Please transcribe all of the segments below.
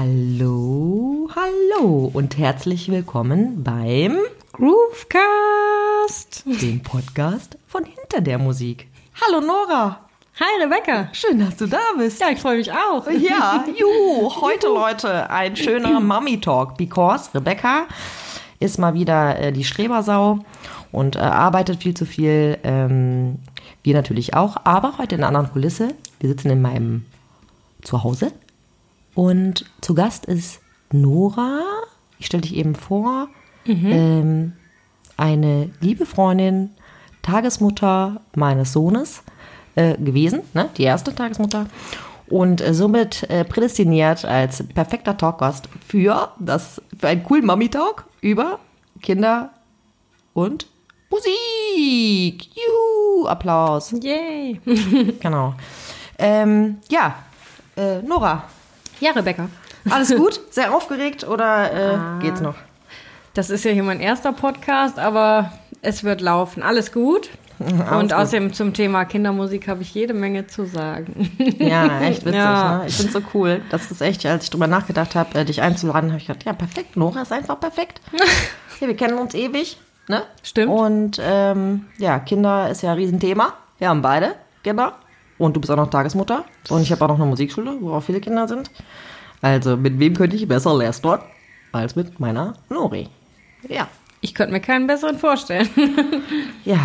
Hallo, hallo und herzlich willkommen beim Groovecast. dem Podcast von Hinter der Musik. Hallo Nora, Hi Rebecca. schön, dass du da bist. Ja, ich freue mich auch. Ja, juhu, heute Leute ein schöner Mommy Talk, because Rebecca ist mal wieder äh, die Strebersau und äh, arbeitet viel zu viel. Ähm, wir natürlich auch, aber heute in einer anderen Kulisse. Wir sitzen in meinem Zuhause und zu Gast ist Nora. Ich stelle dich eben vor, ähm, eine liebe Freundin, Tagesmutter meines Sohnes äh, gewesen, ne? die erste Tagesmutter. Und äh, somit äh, prädestiniert als perfekter Talkgast für, das, für einen coolen Mami-Talk über Kinder und Musik. Juhu, Applaus. Mhm. Yay. Genau. Ähm, ja, äh, Nora, Ja, Rebecca. alles gut? Sehr aufgeregt oder Ah. äh, geht's noch? Das ist ja hier mein erster Podcast, aber es wird laufen. Alles gut. Und außerdem zum Thema Kindermusik habe ich jede Menge zu sagen. Ja, echt witzig. Ja. Ne? Ich find's so cool. Das ist echt, als ich drüber nachgedacht habe, äh, dich einzuladen, habe ich gedacht, ja, perfekt. Nora ist einfach perfekt. Ja, wir kennen uns ewig. Ne? Stimmt. Und ähm, ja, Kinder ist ja ein Riesenthema. Wir haben beide Kinder. Und du bist auch noch Tagesmutter. Und ich habe auch noch eine Musikschule, wo auch viele Kinder sind. Also, mit wem könnte ich besser Lehrstort als mit meiner Nori? Ja. Ich könnte mir keinen besseren vorstellen. Ja,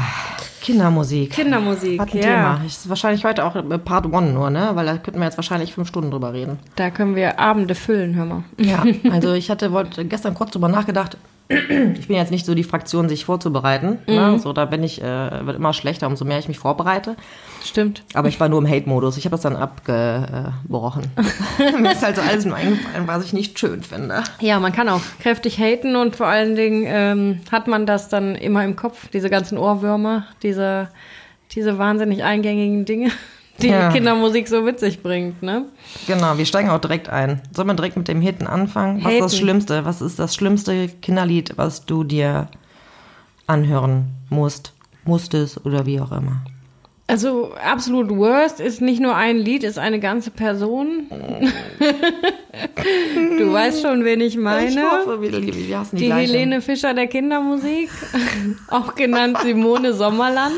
Kindermusik. Kindermusik, Was ein ja. Thema. Ist wahrscheinlich heute auch äh, Part One nur, ne? Weil da könnten wir jetzt wahrscheinlich fünf Stunden drüber reden. Da können wir Abende füllen, hör mal. Ja, also ich hatte wollte gestern kurz drüber nachgedacht. Ich bin jetzt nicht so die Fraktion, sich vorzubereiten. Ne? So, da bin ich, äh, wird immer schlechter, umso mehr ich mich vorbereite. Stimmt. Aber ich war nur im Hate-Modus. Ich habe das dann abgebrochen. Mir ist halt so alles nur eingefallen, was ich nicht schön finde. Ja, man kann auch kräftig haten und vor allen Dingen ähm, hat man das dann immer im Kopf, diese ganzen Ohrwürmer, diese, diese wahnsinnig eingängigen Dinge, die Ja. Kindermusik so mit sich bringt, ne? Genau, wir steigen auch direkt ein. Sollen wir direkt mit dem Hitten anfangen? Was ist das Haten. Schlimmste? Was ist das schlimmste Kinderlied, was du dir anhören musst, musstest oder wie auch immer? Also absolut worst ist nicht nur ein Lied, ist eine ganze Person. du weißt schon, wen ich meine. Ich hoffe, wir, wir hassen die, die gleiche. Helene Fischer der Kindermusik, auch genannt Simone Sommerland.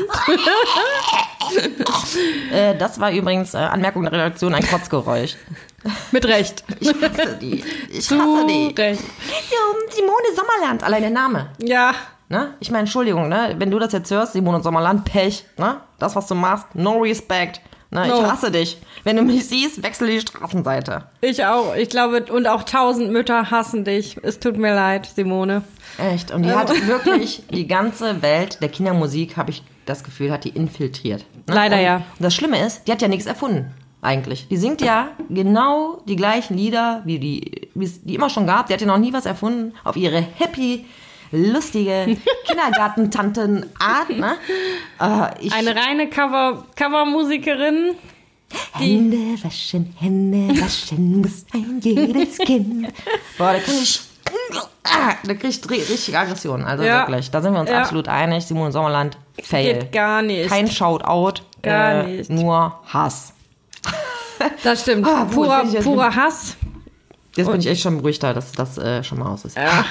Äh, das war übrigens äh, Anmerkung der Redaktion ein Kotzgeräusch. Mit Recht. Ich hasse die. Ich hasse Zu die. Recht. Ja, Simone Sommerland, allein der Name. Ja, Ne? Ich meine, Entschuldigung, ne? wenn du das jetzt hörst, Simone Sommerland, Pech. Ne? Das, was du machst, no respect. Ne? Ich No. hasse dich. Wenn du mich siehst, wechsel die Straßenseite. ich auch. Ich glaube, und auch tausend Mütter hassen dich. Es tut mir leid, Simone. Echt. Und die hat Also- wirklich die ganze Welt der Kindermusik, habe ich das Gefühl, hat die infiltriert. Ne? Leider und ja. und Das Schlimme ist, die hat ja nichts erfunden. Eigentlich. Die singt ja genau die gleichen Lieder, wie die, wie es die immer schon gab. Die hat ja noch nie was erfunden auf ihre happy, lustige Kindergartentantenart. Ne? Äh, ich, Eine reine Cover Covermusikerin. Hände waschen, Hände waschen, muss ein jedes Kind. Boah, da krieg ich, ah, da krieg ich dri- richtig Aggression. Also Ja. wirklich, da sind wir uns Ja. absolut einig. Simone Sommerland, fail. Geht gar nicht. Kein Shoutout, Gar äh, nicht. nur Hass. Das stimmt. Ah, wo purer, bin ich jetzt purer Hass. Jetzt bin ich echt schon beruhigter, dass das äh, schon mal aus ist. Ja.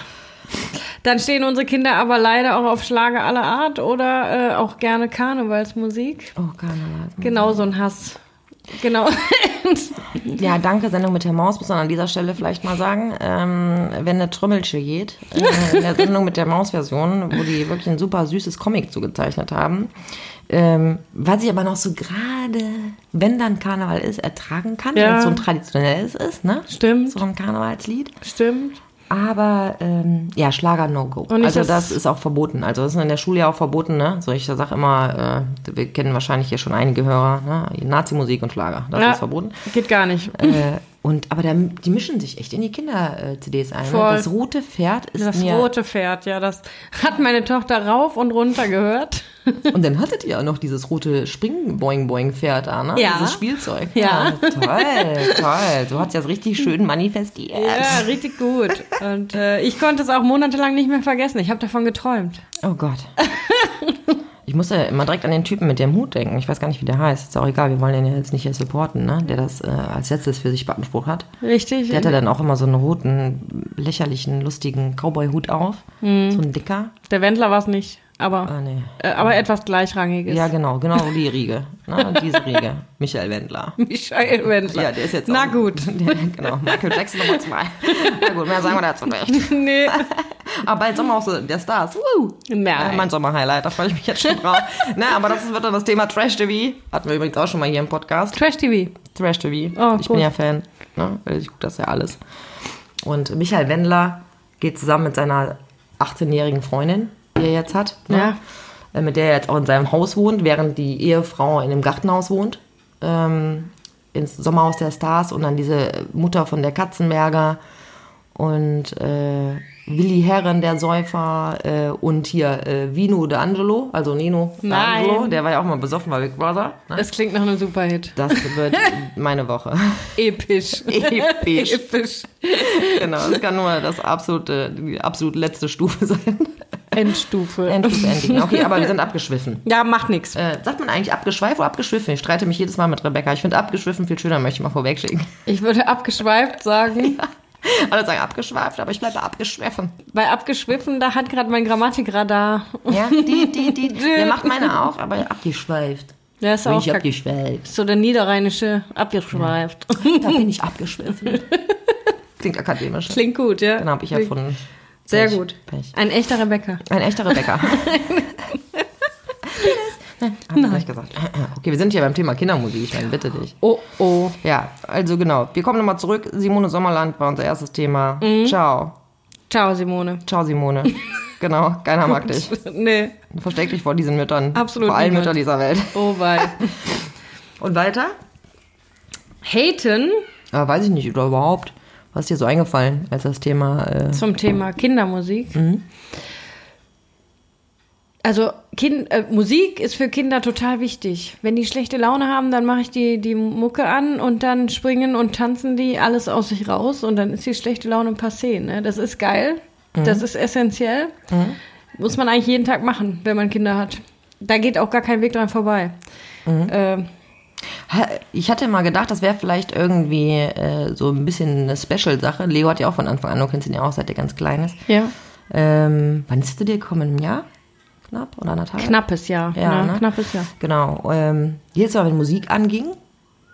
Dann stehen unsere Kinder aber leider auch auf Schlager aller Art oder äh, auch gerne Karnevalsmusik. Oh, Karneval. Genau so ein Hass. Genau. Ja, danke, Sendung mit Herr Maus, muss man an dieser Stelle vielleicht mal sagen. Ähm, wenn eine Trümmelche geht, äh, in der Sendung mit der Maus-Version, wo die wirklich ein super süßes Comic zugezeichnet haben, ähm, was ich aber noch so gerade, wenn dann Karneval ist, ertragen kann, Ja. wenn es so ein traditionelles ist, ne? Stimmt. So ein Karnevalslied. Stimmt. Aber ähm, ja, Schlager No-Go. nicht Also das, das- ist auch verboten. Also das ist in der Schule ja auch verboten, ne? So ich sag immer, äh, wir kennen wahrscheinlich hier schon einige Hörer, ne? Nazi-Musik und Schlager, das Ja, ist verboten. Geht gar nicht. Äh, Und, aber da, die mischen sich echt in die Kinder-CDs ein. Ne? Voll. Das rote Pferd ist Das mir... rote Pferd, ja, das hat meine Tochter rauf und runter gehört. Und dann hattet ihr auch noch dieses rote Spring-Boing-Boing-Pferd da, ne? Ja. Dieses Spielzeug. Ah, Ja. Toll, toll. Du hast das richtig schön manifestiert. Ja, richtig gut. Und äh, ich konnte es auch monatelang nicht mehr vergessen. Ich habe davon geträumt. Oh Gott. Ich musste immer direkt an den Typen mit dem Hut denken. Ich weiß gar nicht, wie der heißt. Ist auch egal, wir wollen den ja jetzt nicht hier supporten, ne? Der das äh, als letztes für sich beansprucht hat. Richtig? Der hatte dann auch immer so einen roten, lächerlichen, lustigen Cowboy-Hut auf. Mhm. So ein dicker. Der Wendler war es nicht, aber, Ah, nee. äh, aber etwas gleichrangiges. Ja, genau, genau die Riege. Na, diese Riege. Michael Wendler. Michael Wendler. Ja, der ist jetzt Na auch- gut. Der, genau, Michael Jackson Nummer zwei. Na gut, mehr sagen wir dazu nicht. nee. Aber bald Sommer auch so der Stars. Woo. Nein. Ja, mein Sommer-Highlight, da freue ich mich jetzt schon drauf. Na, aber das wird dann das Thema Trash-TV. Hatten wir übrigens auch schon mal hier im Podcast. Trash TV. Trash-TV. Oh, ich gut. bin ja Fan. Ne? Ich gucke das ja alles. Und Michael Wendler geht zusammen mit seiner 18-jährigen Freundin, die er jetzt hat. Ne? Äh, Mit der er jetzt auch in seinem Haus wohnt, während die Ehefrau in einem Gartenhaus wohnt. Ähm, ins Sommerhaus der Stars und dann diese Mutter von der Katzenberger und äh, Willi Herren, der Säufer, äh, und hier äh, Vino D'Angelo, also Nino Nein. D'Angelo, der war ja auch mal besoffen bei Big Brother. Ne? Das klingt nach einem Superhit. Das wird meine Woche. Episch. Episch. Episch. E Genau, das kann nur das absolute, die absolut letzte Stufe sein. Endstufe. Endstufe Ending. Okay, aber wir sind abgeschwiffen. ja, macht nichts. Äh, sagt man eigentlich abgeschweift oder abgeschwiffen? Ich streite mich jedes Mal mit Rebecca. Ich finde abgeschwiffen viel schöner, möchte ich mal vorwegschicken. Ich würde abgeschweift sagen, Alle sagen abgeschweift, aber ich bleibe abgeschwiffen. bei abgeschwiffen, da hat gerade mein Grammatikradar. Ja, die, die, die. Der macht meine auch, aber abgeschweift. Der ist Bin auch ich kack. abgeschweift. so der niederrheinische abgeschweift. Da bin ich abgeschwiffen. Klingt akademisch. Klingt gut, ja. Den habe Genau, ich erfunden. Sehr Pech, gut. Pech. Ein echter Rebecca. Ein echter Rebecca. Nein. Nicht gesagt. Okay, wir sind hier beim Thema Kindermusik. Ich meine, bitte dich. Oh, oh. Ja, also genau. Wir kommen nochmal zurück. Simone Sommerland war unser erstes Thema. Ciao. Ciao, Simone. Ciao, Simone. genau, keiner mag dich. nee, Versteck dich vor diesen Müttern. Absolut Vor allen niemand. Müttern dieser Welt. oh wei. Und weiter? Haten Äh, weiß ich nicht, oder überhaupt. Was ist dir so eingefallen als das Thema? Äh, zum Thema Kindermusik. Also kind, äh, Musik ist für Kinder total wichtig. Wenn die schlechte Laune haben, dann mache ich die, die Mucke an und dann springen und tanzen die alles aus sich raus und dann ist die schlechte Laune passé. Ne? Das ist geil, das ist essentiell. Muss man eigentlich jeden Tag machen, wenn man Kinder hat. Da geht auch gar kein Weg dran vorbei. Ähm, Ha- Ich hatte mal gedacht, das wäre vielleicht irgendwie äh, so ein bisschen eine Special-Sache. Leo hat ja auch von Anfang an, du kennst ihn ja auch, seit er ganz klein ist. ja. Ähm, wann ist er dir gekommen? Im Jahr? Knapp oder anderthalb? Knappes Jahr. Ja, ne? ne? Knappes Jahr. Genau. Ähm, jedes Mal, wenn Musik anging,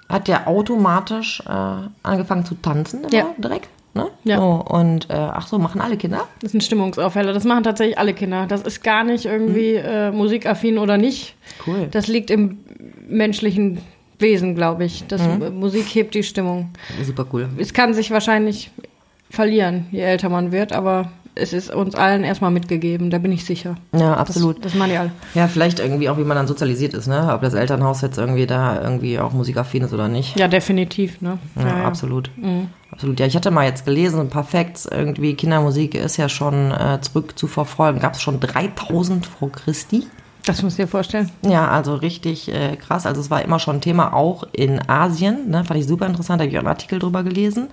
hat der automatisch äh, angefangen zu tanzen immer Ja. direkt. Ne? Ja. So, und äh, ach so, machen alle Kinder? Das ist ein Stimmungsaufheller. Das machen tatsächlich alle Kinder. Das ist gar nicht irgendwie Hm. äh, musikaffin oder nicht. Cool. Das liegt im menschlichen Wesen, glaube ich. Das, Hm. äh, Musik hebt die Stimmung. Super cool. Es kann sich wahrscheinlich verlieren, je älter man wird, aber es ist uns allen erstmal mitgegeben, da bin ich sicher. Ja, absolut. Das, das machen die alle. Ja, vielleicht irgendwie auch, wie man dann sozialisiert ist, ne? Ob das Elternhaus jetzt irgendwie da irgendwie auch musikaffin ist oder nicht. Ja, definitiv, ne? Ja, absolut. Mhm. Absolut. Ja, ich hatte mal jetzt gelesen, ein paar Facts, irgendwie Kindermusik ist ja schon äh, zurück zu verfolgen. Gab es schon 3000 vor Christi? Das musst du dir vorstellen. Ja, also richtig äh, krass. Also es war immer schon ein Thema, auch in Asien. Ne? Fand ich super interessant, da habe ich auch einen Artikel drüber gelesen.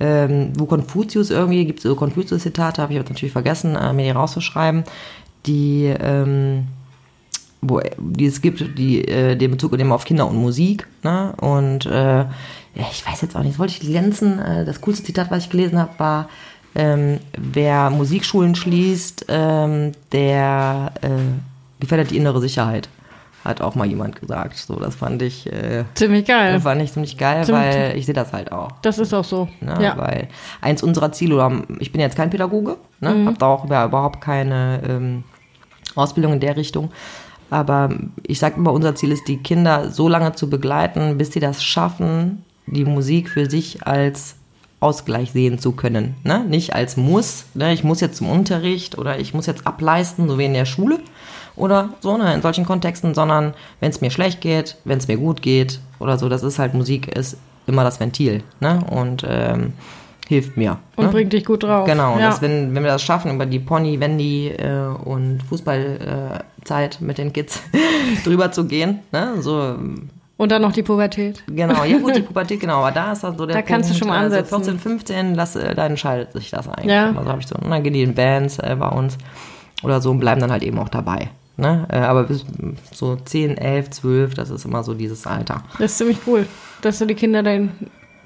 Ähm, wo Konfuzius irgendwie, gibt es so Konfuzius-Zitate, habe ich jetzt natürlich vergessen, äh, mir die rauszuschreiben, die, ähm, wo, die es gibt, die äh, den Bezug eben auf Kinder und Musik. Ne? Und äh, ja, ich weiß jetzt auch nicht, das wollte ich glänzen. Äh, das coolste Zitat, was ich gelesen habe, war, ähm, wer Musikschulen schließt, ähm, der äh, gefährdet die innere Sicherheit. Hat auch mal jemand gesagt. So, das fand ich, äh, Ziemlich geil. fand ich ziemlich geil, Ziemlich- weil ich sehe das halt auch. Das ist auch so. Ne? ja. Weil eins unserer Ziele, oder ich bin jetzt kein Pädagoge, ne? habe da auch ja, überhaupt keine ähm, Ausbildung in der Richtung. Aber ich sage immer, unser Ziel ist, die Kinder so lange zu begleiten, bis sie das schaffen, die Musik für sich als Ausgleich sehen zu können. Ne? Nicht als Muss, ne? ich muss jetzt zum Unterricht oder ich muss jetzt ableisten, so wie in der Schule oder so, ne? in solchen Kontexten, sondern wenn es mir schlecht geht, wenn es mir gut geht oder so, das ist halt Musik, ist immer das Ventil ne? und ähm, hilft mir. Und ne? bringt dich gut drauf. Genau, und ja. das, wenn, wenn wir das schaffen, über die Pony, Wendy äh, und Fußballzeit äh, Zeit mit den Kids drüber zu gehen, ne? so Und dann noch die Pubertät. Genau, ja gut, die Pubertät, genau, aber da ist dann so der Da Punkt, kannst du schon mal also ansetzen. 14, 15, lass, äh, da entscheidet sich das eigentlich. Ja. Also habe ich so, und dann gehen die in Bands äh, bei uns oder so und bleiben dann halt eben auch dabei. Ne? Äh, aber bis mh, so 10, 11, 12, das ist immer so dieses Alter. Das ist ziemlich cool, dass du die Kinder dein,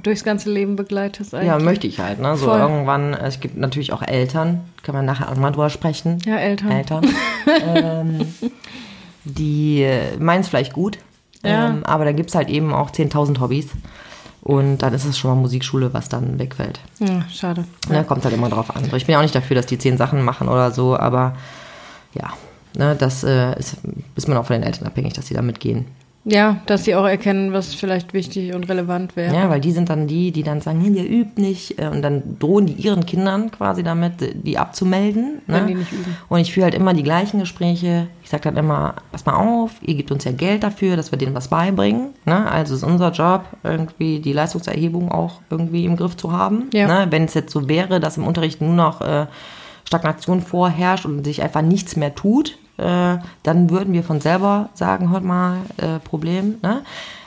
durchs ganze Leben begleitest eigentlich. Ja, möchte ich halt, ne? So Voll. irgendwann, äh, es gibt natürlich auch Eltern, kann man nachher auch mal drüber sprechen. Ja, Eltern. Eltern. ähm, die äh, meinen es vielleicht gut, Ja. ähm, aber dann gibt es halt eben auch 10.000 Hobbys. Und dann ist es schon mal Musikschule, was dann wegfällt. Ja, schade. Ne, kommt halt immer drauf an. So, Ich bin ja auch nicht dafür, dass die zehn Sachen machen oder so, aber ja, ne, das äh, ist, ist man auch von den Eltern abhängig, dass sie da mitgehen. Ja, dass sie auch erkennen, was vielleicht wichtig und relevant wäre. Ja, weil die sind dann die, die dann sagen, nee, ihr übt nicht. äh, Und dann drohen die ihren Kindern quasi damit, äh, die abzumelden. Wenn ne? die nicht üben. Und ich führe halt immer die gleichen Gespräche. Ich sage dann immer, pass mal auf, ihr gebt uns ja Geld dafür, dass wir denen was beibringen. Ne? Also ist unser Job, irgendwie die Leistungserhebung auch irgendwie im Griff zu haben. Ja. Ne? Wenn es jetzt so wäre, dass im Unterricht nur noch äh, Stagnation vorherrscht und sich einfach nichts mehr tut, äh, dann würden wir von selber sagen, hört mal, äh, Problem. Ne?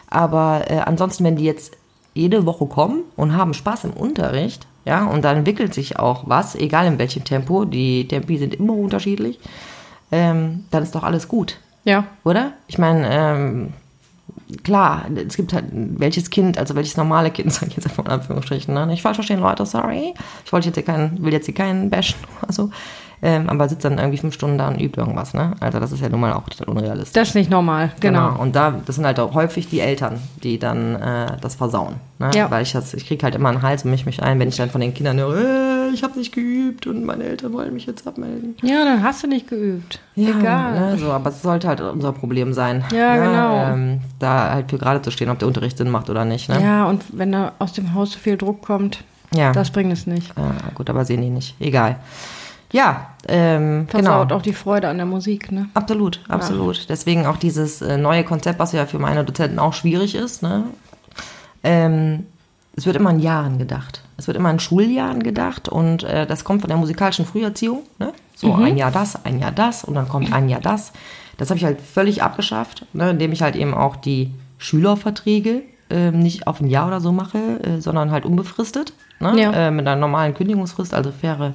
Aber äh, ansonsten, wenn die jetzt jede Woche kommen und haben Spaß im Unterricht, ja, und da entwickelt sich auch was, egal in welchem Tempo, die Tempi sind immer unterschiedlich, ähm, dann ist doch alles gut, Ja, oder? Ich meine, ähm, klar, es gibt halt welches Kind, also welches normale Kind, sage ich jetzt einfach in Anführungsstrichen, ne? nicht falsch verstehen, Leute, sorry. Ich wollte jetzt hier keinen, will jetzt hier keinen bashen oder so, ähm, aber sitzt dann irgendwie fünf Stunden da und übt irgendwas, ne? Also das ist ja nun mal auch total unrealistisch. das ist nicht normal, genau. Und da, das sind halt auch häufig die Eltern, die dann äh, das versauen. Ne? Ja. Weil ich das, ich kriege halt immer einen Hals und mich mich ein, wenn ich dann von den Kindern höre, äh, ich habe nicht geübt und meine Eltern wollen mich jetzt abmelden. Ja, dann hast du nicht geübt. Egal. Ne? So, aber es sollte halt unser Problem sein. Ja, ne? genau. Ähm, da halt für gerade zu stehen, ob der Unterricht Sinn macht oder nicht. Ne? Ja, und wenn da aus dem Haus so viel Druck kommt, Ja. das bringt es nicht. Äh, gut, aber sehen die nicht. Egal. Ja, ähm, genau. Versaut auch die Freude an der Musik, ne? Absolut, absolut. Deswegen auch dieses äh, neue Konzept, was ja für meine Dozenten auch schwierig ist. Ne? Ähm, es wird immer in Jahren gedacht. Es wird immer in Schuljahren gedacht und äh, das kommt von der musikalischen Früherziehung. Ne? So ein Jahr das, ein Jahr das und dann kommt ein Jahr das. Das habe ich halt völlig abgeschafft, ne? indem ich halt eben auch die Schülerverträge ähm, nicht auf ein Jahr oder so mache, äh, sondern halt unbefristet. Ne? Ja. Äh, mit einer normalen Kündigungsfrist, also faire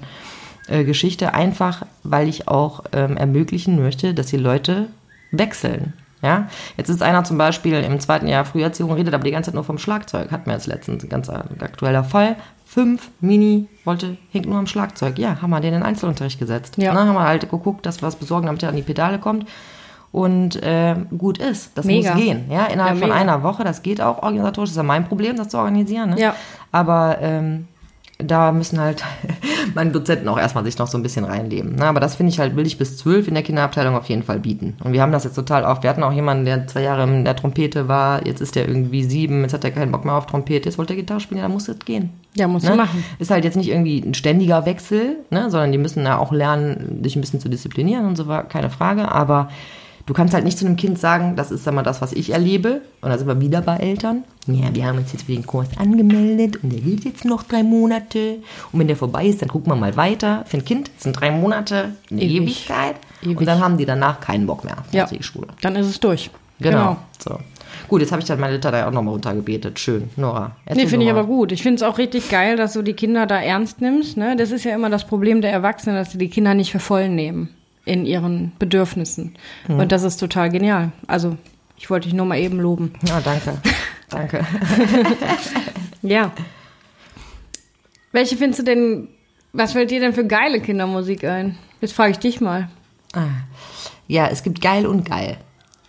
äh, Geschichte, einfach weil ich auch ähm, ermöglichen möchte, dass die Leute wechseln. Ja, jetzt ist einer zum Beispiel im zweiten Jahr Früherziehung redet, aber die ganze Zeit nur vom Schlagzeug. Hatten wir jetzt letztens, ein ganz äh, aktueller Fall. Fünf Mini wollte, hängt nur am Schlagzeug. Ja, haben wir den in Einzelunterricht gesetzt. Ja. Na, haben wir halt geguckt, dass wir was besorgen, damit er an die Pedale kommt. Und äh, gut ist, das Mega. muss gehen. Ja, innerhalb Ja, von mega. einer Woche, das geht auch organisatorisch. Das ist ja mein Problem, das zu organisieren. Ne? Ja. Aber ähm, da müssen halt meine Dozenten auch erstmal sich noch so ein bisschen reinleben. Ne? Aber das finde ich halt, will ich bis zwölf in der Kinderabteilung auf jeden Fall bieten. Und wir haben das jetzt total oft. Wir hatten auch jemanden, der zwei Jahre in der Trompete war, jetzt ist der irgendwie sieben, jetzt hat er keinen Bock mehr auf Trompete, jetzt wollte er Gitarre spielen, ja, dann muss das gehen. Ja, musst du ne? machen. Ist halt jetzt nicht irgendwie ein ständiger Wechsel, ne? sondern die müssen ja auch lernen, sich ein bisschen zu disziplinieren und so war keine Frage. Aber du kannst halt nicht zu einem Kind sagen, das ist sag mal das, was ich erlebe. Und da sind wir wieder bei Eltern. Ja, wir haben uns jetzt für den Kurs angemeldet und der gilt jetzt noch drei Monate. Und wenn der vorbei ist, dann gucken wir mal weiter. Für ein Kind sind drei Monate eine Ewig. Ewigkeit. Ewig. Und dann haben die danach keinen Bock mehr auf Ja. die Schule. Dann ist es durch. Genau. So. Gut, jetzt habe ich dann meine Literatur auch nochmal runtergebetet. Schön, Nora. erzähl Nee, finde du ich mal. aber gut. Ich finde es auch richtig geil, dass du die Kinder da ernst nimmst. Ne? Das ist ja immer das Problem der Erwachsenen, dass sie die Kinder nicht für voll nehmen in ihren Bedürfnissen. Und das ist total genial. Also, ich wollte dich nur mal eben loben. Ja, Ah, danke. danke. Ja. Welche findest du denn, was fällt dir denn für geile Kindermusik ein? Jetzt frage ich dich mal. Ah. Ja, es gibt geil und geil.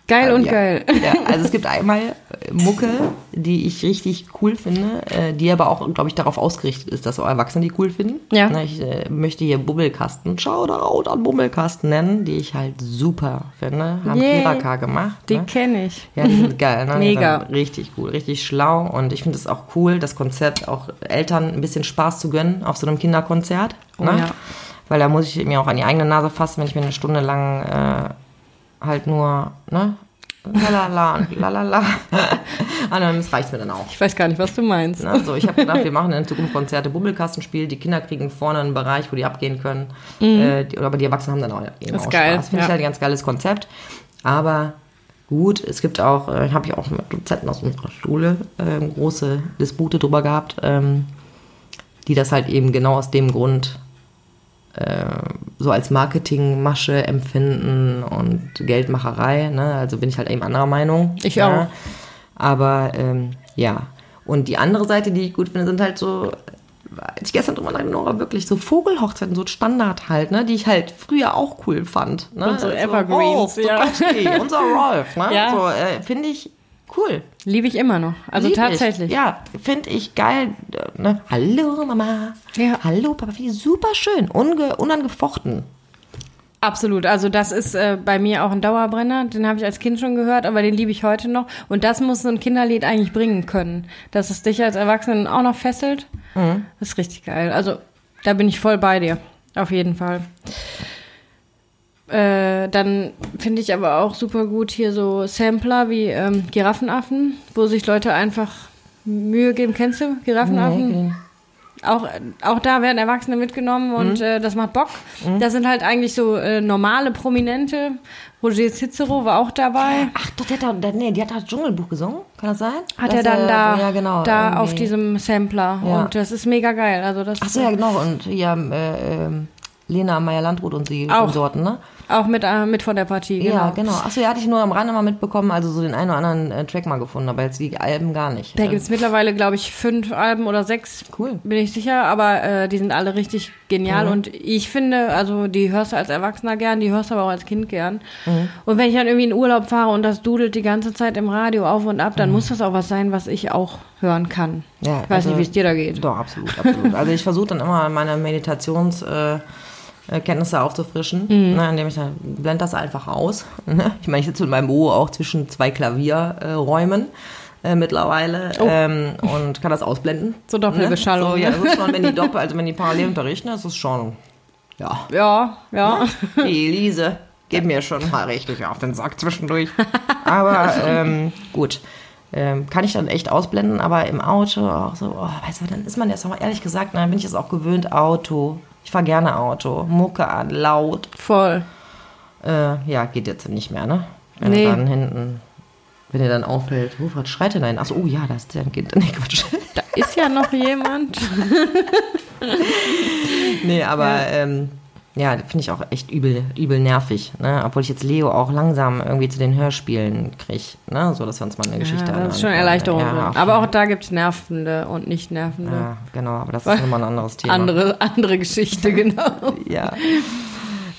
Geil und Ah, ja. geil. Ja, also es gibt einmal äh, Mucke, die ich richtig cool finde, äh, die aber auch, glaube ich, darauf ausgerichtet ist, dass auch Erwachsene die cool finden. Ja. Na, ich äh, möchte hier Bummelkasten, Shoutout an Bummelkasten nennen, die ich halt super finde. Haben Yay. Kiraka gemacht. Die ne? kenne ich. Ja, die sind geil. Ne? Die Mega. Sind richtig cool, richtig schlau. Und ich finde es auch cool, das Konzept auch Eltern ein bisschen Spaß zu gönnen auf so einem Kinderkonzert. Oh ne? ja. Weil da muss ich mir auch an die eigene Nase fassen, wenn ich mir eine Stunde lang äh, halt nur, ne? Lalala, lalala. Andererseits reicht es mir dann auch. Ich weiß gar nicht, was du meinst. Ne? So, ich habe gedacht, wir machen in Zukunft Konzerte, Bummelkastenspiel. Die Kinder kriegen vorne einen Bereich, wo die abgehen können. Äh, die, aber die Erwachsenen haben dann auch eben Mhm. Ist auch geil, Spaß. Finde ja. ich halt ein ganz geiles Konzept. Aber gut, es gibt auch, äh, habe ich auch mit Dozenten aus unserer Schule äh, große Dispute drüber gehabt, ähm, die das halt eben genau aus dem Grund äh, so als Marketingmasche empfinden und Geldmacherei. Ne? Also bin ich halt eben anderer Meinung. Ich auch. Ja. Aber ähm, ja. Und die andere Seite, die ich gut finde, sind halt so, als ich gestern drüber nachgedacht habe, wirklich so Vogelhochzeiten, so Standard halt, ne? die ich halt früher auch cool fand. Ne? Und so Evergreens, Rolf ja. Zuckowski, unser Rolf. Ne? Ja. So, äh, finde ich cool. Liebe ich immer noch. Also Lieb ich. tatsächlich. Ja, finde ich geil. äh, Ne? Hallo Mama. Ja. Hallo Papa. Finde ich super schön. Unge unangefochten. Absolut. Also das ist äh, bei mir auch ein Dauerbrenner. Den habe ich als Kind schon gehört, aber den liebe ich heute noch. Und das muss so ein Kinderlied eigentlich bringen können, dass es dich als Erwachsenen auch noch fesselt. Das ist richtig geil. Also da bin ich voll bei dir. Auf jeden Fall. Äh, dann finde ich aber auch super gut hier so Sampler wie ähm, Giraffenaffen, wo sich Leute einfach Mühe geben. Kennst du Giraffenaffen? auch, auch da werden Erwachsene Mhm. mitgenommen und äh, das macht Bock. Das sind halt eigentlich so äh, normale Prominente. Roger Cicero war auch dabei. Ach doch, der hat da, der, nee, die hat da Dschungelbuch gesungen. Kann das sein? Hat Das, er dann äh, da, ja, genau, da irgendwie. auf diesem Sampler. Ja. Und das ist mega geil. Also das Ach so, ja, genau. Und ja, äh, ähm, Lena Meyer-Landrut und sie Auch. Konsorten, ne? auch mit, äh, mit von der Partie. Genau. Ja, genau. Ach so, ja, hatte ich nur am Rande mal mitbekommen. Also so den einen oder anderen äh, Track mal gefunden, aber jetzt die Alben gar nicht. Da gibt's mittlerweile, glaube ich, fünf Alben oder sechs. Cool. Mhm. Bin ich sicher, aber äh, die sind alle richtig genial. Und ich finde, also die hörst du als Erwachsener gern, die hörst du aber auch als Kind gern. Mhm. Und wenn ich dann irgendwie in Urlaub fahre und das dudelt die ganze Zeit im Radio auf und ab, dann muss das auch was sein, was ich auch hören kann. Ja, ich weiß Mhm. also- nicht, wie es dir da geht. Doch, absolut, absolut. Also ich versuche dann immer meine Meditations... Äh, äh, Kenntnisse aufzufrischen, Mhm. ne, indem ich dann blend das einfach aus. Ne? Ich meine, ich sitze mit meinem Bo auch zwischen zwei Klavierräumen äh, mittlerweile Oh. ähm, und kann das ausblenden. So Doppelbeschallung, Ne? So, ja, ne? das ist schon, wenn die Doppel, also wenn die parallel unterrichten, das ist schon, ja, Ja, ja. die Elise geht mir schon mal richtig auf den Sack zwischendurch. Aber ähm, gut. Ähm, kann ich dann echt ausblenden, aber im Auto auch so, oh, weißt du, dann ist man jetzt auch mal ehrlich gesagt, nein, bin ich jetzt auch gewöhnt, Auto. Ich fahre gerne Auto, Mucke an, laut. Voll. Äh, ja, geht jetzt nicht mehr, ne? Wenn Nee. er dann hinten, wenn er dann auffällt, oh, was schreit denn ein? Achso, oh ja, da ist der Kind. Nee, Quatsch. Da ist ja noch jemand. Nee, aber ja, ähm, ja finde ich auch echt übel, übel nervig. Ne? Obwohl ich jetzt Leo auch langsam irgendwie zu den Hörspielen kriege. Ne? So, dass wir uns mal eine Geschichte ja, das ist schon anhören. eine Erleichterung. Ja, auf- aber auch da gibt's nervende und nicht nervende. Ja, genau, aber das ist nochmal ein anderes Thema. Andere, andere Geschichte, genau. Ja.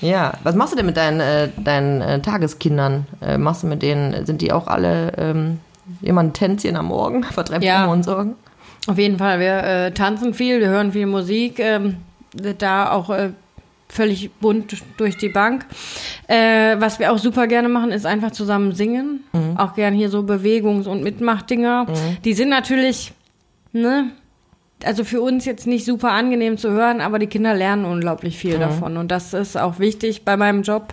Ja, was machst du denn mit deinen, äh, deinen äh, Tageskindern? Äh, machst du mit denen, sind die auch alle ähm, immer ein Tänzchen am Morgen? Vertreibt Ja. Kummer und Sorgen? Auf jeden Fall, wir äh, tanzen viel, wir hören viel Musik, ähm, da auch äh, völlig bunt durch die Bank. Äh, was wir auch super gerne machen, ist einfach zusammen singen. Mhm. Auch gern hier so Bewegungs- und Mitmachdinger. Die sind natürlich, ne? Also für uns jetzt nicht super angenehm zu hören, aber die Kinder lernen unglaublich Mhm. viel davon. Und das ist auch wichtig bei meinem Job.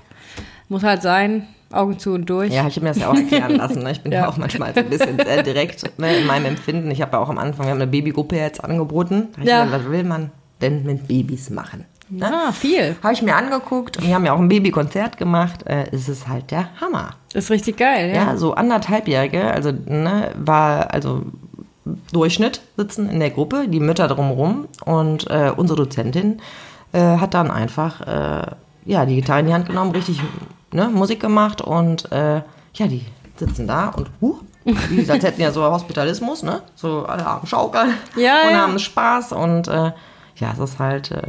Muss halt sein, Augen zu und durch. Ja, ich habe mir das ja auch erklären lassen. Ne? Ich bin ja. Ja. auch manchmal so ein bisschen sehr direkt ne, in meinem Empfinden. Ich habe ja auch am Anfang, wir haben eine Babygruppe jetzt angeboten. Da hab ich Ja. mir gedacht, was will man denn mit Babys machen? Ne? Ah, viel. Habe ich mir angeguckt und wir haben ja auch ein Babykonzert gemacht. Äh, es ist halt der Hammer. Ist richtig geil, ja. Ja, so anderthalbjährige, also ne, war also Durchschnitt sitzen in der Gruppe, die Mütter drumherum und äh, unsere Dozentin äh, hat dann einfach äh, ja die Gitarre in die Hand genommen, richtig ne, Musik gemacht und äh, ja, die sitzen da und huh, wie als hätten ja so Hospitalismus, ne? So alle haben Schaukeln Ja, und ja. haben Spaß und äh, ja, es ist halt, äh,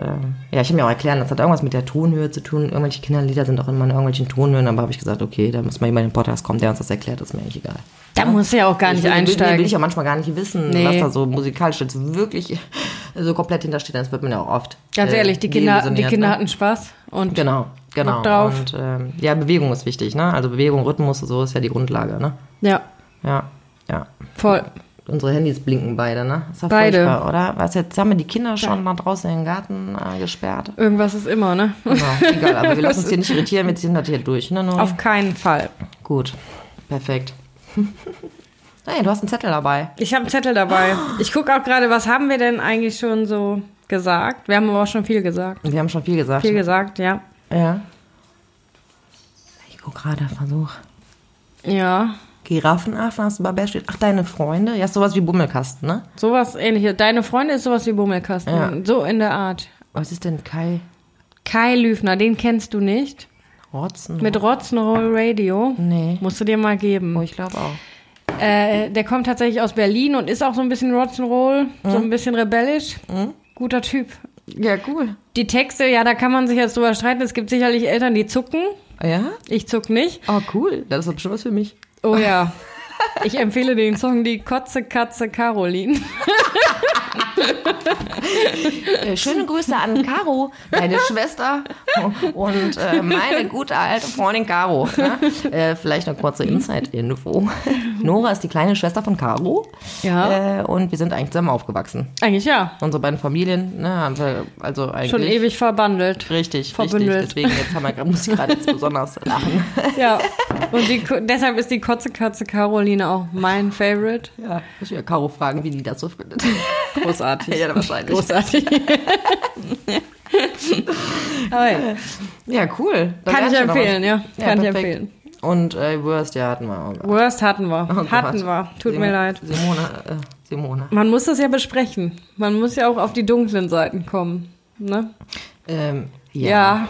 ja, ich habe mir auch erklärt, das hat irgendwas mit der Tonhöhe zu tun. Irgendwelche Kinderlieder sind auch immer in irgendwelchen Tonhöhen, aber habe ich gesagt, okay, da muss mal jemand in den Podcast kommen, der uns das erklärt, ist mir eigentlich egal. Da musst du ja auch gar ich nicht will, Will, will einsteigen. ich ja manchmal gar nicht wissen, Nee. was da so musikalisch jetzt wirklich so komplett hintersteht, das wird mir ja auch oft. Ganz äh, ehrlich, die Kinder, die desillusioniert, Kinder ne? hatten Spaß und Genau, genau. Bock drauf. Und ähm, ja, Bewegung ist wichtig, ne? Also Bewegung, Rhythmus, so ist ja die Grundlage, ne? ja, Ja, ja. voll. Unsere Handys blinken beide, ne? Ist ja Beide. furchtbar, oder? Was jetzt haben wir die Kinder schon mal draußen in den Garten äh, gesperrt? Irgendwas ist immer, ne? Ja, egal, aber wir lassen uns hier nicht irritieren, wir ziehen das hier durch, ne? Nora? Auf keinen Fall. Gut, perfekt. Nein, du hast einen Zettel dabei. Ich habe einen Zettel dabei. Ich gucke auch gerade, was haben wir denn eigentlich schon so gesagt? Wir haben aber auch schon viel gesagt. Wir haben schon viel gesagt. Viel gesagt, ja. ja. Ich gucke gerade, versuch. Ja. Giraffenaffen hast du dabei steht. Ach, deine Freunde? Ja, ist sowas wie Bummelkasten, ne? Sowas ähnliches. Deine Freunde ist sowas wie Bummelkasten. Ja. So in der Art. Was ist denn Kai Kai Lüfner, den kennst du nicht. Rotzen? Mit Rock'n'Roll Radio. Nee. Musst du dir mal geben. Oh, ich glaube auch. Äh, der kommt tatsächlich aus Berlin und ist auch so ein bisschen Rock'n'Roll, so Mhm. ein bisschen rebellisch. Guter Typ. Ja, cool. Die Texte, ja, da kann man sich jetzt drüber streiten. Es gibt sicherlich Eltern, die zucken. Ja? Ich zuck nicht. Oh, cool. Das ist doch bestimmt was für mich. Oh ja. Ich empfehle den Song Die Kotze Katze Caroline. Äh, schöne Grüße an Caro, deine Schwester und äh, meine gute alte Freundin Caro. Ne? Äh, vielleicht noch kurze Inside-Info. Nora ist die kleine Schwester von Caro. Ja. Äh, und wir sind eigentlich zusammen aufgewachsen. Eigentlich ja. Unsere beiden Familien ne, haben wir also eigentlich. Schon ewig verbandelt. Richtig, verbündelt. richtig. Deswegen jetzt haben wir, grad- muss ich gerade jetzt besonders lachen. Ja. Und die, Ko- deshalb ist die Kotze Katze Caroline auch mein Favorite. Ja, muss ich ja Caro fragen, wie die das so findet. Großartig. Ja, wahrscheinlich. Großartig. Aber ja, Ja, cool. Da Kann ich lernst du noch empfehlen, was. ja. Kann ich perfekt. empfehlen. Und äh, Worst, ja, hatten wir auch. Worst hatten wir. Oh Gott. hatten wir. Tut mir Sim- leid. Simone, äh, Simone. Man muss das ja besprechen. Man muss ja auch auf die dunklen Seiten kommen. Ne? Ähm, ja, Ja.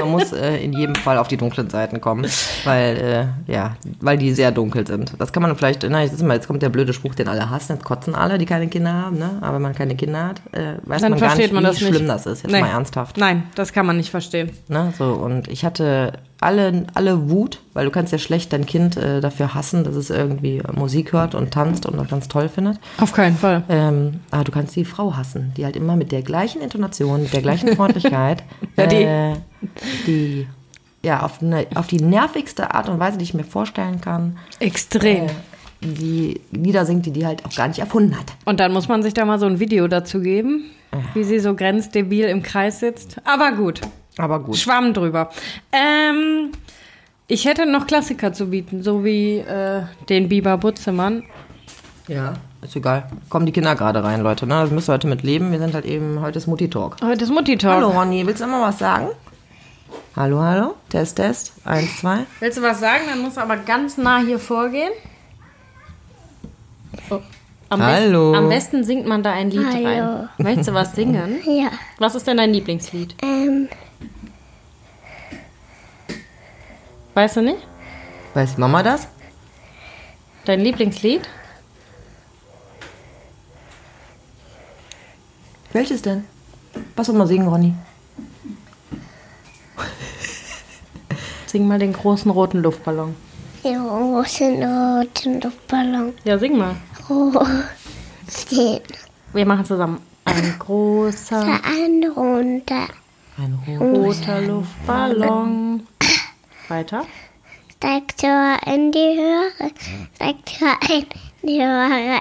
man muss äh, in jedem Fall auf die dunklen Seiten kommen, weil, äh, ja, weil die sehr dunkel sind. Das kann man vielleicht, na, jetzt, ist mal, jetzt kommt der blöde Spruch, den alle hassen, jetzt kotzen alle, die keine Kinder haben, ne? aber wenn man keine Kinder hat, äh, weiß Dann man gar versteht nicht, man wie das nicht. schlimm das ist, jetzt Nee. mal ernsthaft. Nein, das kann man nicht verstehen. Ne? So, und ich hatte alle, alle Wut, weil du kannst ja schlecht dein Kind äh, dafür hassen, dass es irgendwie Musik hört und tanzt und das ganz toll findet. Auf keinen Fall. Ähm, aber du kannst die Frau hassen, die halt immer mit der gleichen Intonation, mit der gleichen Freundlichkeit, Ja, die- Äh, die ja auf, ne, auf die nervigste Art und Weise, die ich mir vorstellen kann, Extrem. die Lieder singt, die die halt auch gar nicht erfunden hat. Und dann muss man sich da mal so ein Video dazu geben, wie sie so grenzdebil im Kreis sitzt. Aber gut, Aber gut. Schwamm drüber. Ähm, ich hätte noch Klassiker zu bieten, so wie äh, den Biber Butzemann. Ja. Ist egal. Kommen die Kinder gerade rein, Leute. Ne? Das müsst ihr heute mit leben. Wir sind halt eben, heute ist Mutti-Talk. Heute ist Mutti-Talk. Hallo Ronny, willst du immer was sagen? Hallo, hallo. Test, Test. Eins, zwei. Willst du was sagen? Dann musst du aber ganz nah hier vorgehen. Oh. Am Hallo. Besten, am besten singt man da ein Lied Hallo. rein. Möchtest du was singen? Ja, Was ist denn dein Lieblingslied? ähm, Weißt du nicht? Weiß Mama das? Dein Lieblingslied? Welches denn? Was soll man singen, Ronny? Sing mal den großen roten Luftballon. den großen roten Luftballon Oh, Ja, sing mal. stehen. Wir machen zusammen. Ein großer Der eine runter, Ein Ruhe. roter Luftballon. Weiter. steigt er in die Höhe, steigt er in die Höhe.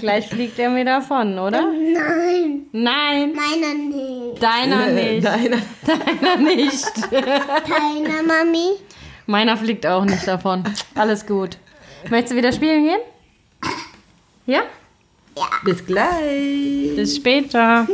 Gleich fliegt er mir davon, oder? Nein, Nein, meiner nicht. deiner nicht. Deine. Deiner nicht. Deiner Mami? Meiner fliegt auch nicht davon. Alles gut. Möchtest du wieder spielen gehen? Ja? Bis gleich. Bis später.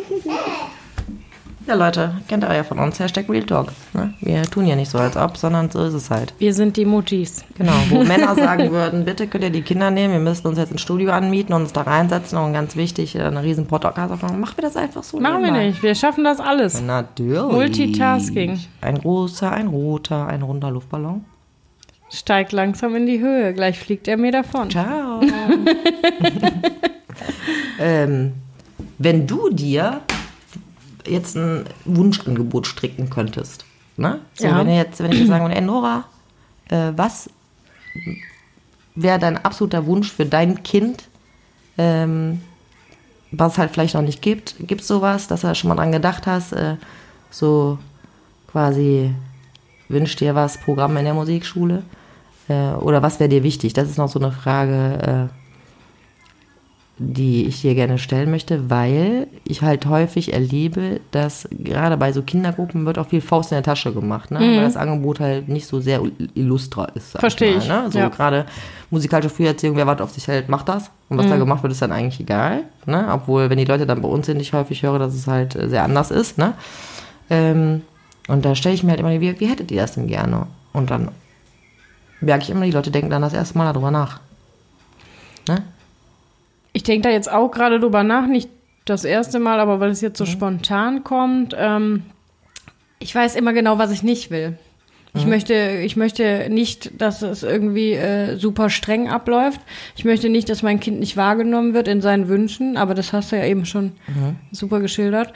Ja, Leute, kennt ihr ja von uns. Hashtag Real Talk. Ne? Wir tun ja nicht so als ob, sondern so ist es halt. Wir sind die Muttis. Genau, wo Männer sagen würden, bitte könnt ihr die Kinder nehmen, wir müssen uns jetzt ein Studio anmieten und uns da reinsetzen und ganz wichtig, äh, eine riesen Podcast aufmachen. Machen wir das einfach so. Machen wir nebenbei. nicht. Wir schaffen das alles. Natürlich. Multitasking. Ein großer, ein roter, ein runder Luftballon. Steig langsam in die Höhe. Gleich fliegt er mir davon. Ciao. ähm, wenn du dir jetzt ein Wunschangebot stricken könntest, ne? So, Ja. wenn, ihr jetzt, wenn ich jetzt sagen würde, ey Nora, äh, was wäre dein absoluter Wunsch für dein Kind, ähm, was es halt vielleicht noch nicht gibt? Gibt es sowas, dass du da schon mal dran gedacht hast? Äh, so quasi wünscht dir was, Programm in der Musikschule? Äh, oder was wäre dir wichtig? Das ist noch so eine Frage. Äh, die ich dir gerne stellen möchte, weil ich halt häufig erlebe, dass gerade bei so Kindergruppen wird auch viel Faust in der Tasche gemacht, ne? weil das Angebot halt nicht so sehr illustra ist. sag Mhm. Versteh ich, mal, Ne? So ja. gerade musikalische Früherziehung, wer was auf sich hält, macht das. Und Mhm. was da gemacht wird, ist dann eigentlich egal. Ne? Obwohl, wenn die Leute dann bei uns sind, ich häufig höre, dass es halt äh, sehr anders ist. Ne? Ähm, und da stelle ich mir halt immer, die- wie, wie hättet ihr das denn gerne? Und dann merke ich immer, die Leute denken dann das erste Mal darüber nach. Ne? Ich denke da jetzt auch gerade drüber nach, nicht das erste Mal, aber weil es jetzt so spontan kommt. Ähm, ich weiß immer genau, was ich nicht will. Ich möchte, ich möchte nicht, dass es irgendwie äh, super streng abläuft. Ich möchte nicht, dass mein Kind nicht wahrgenommen wird in seinen Wünschen, aber das hast du ja eben schon super geschildert.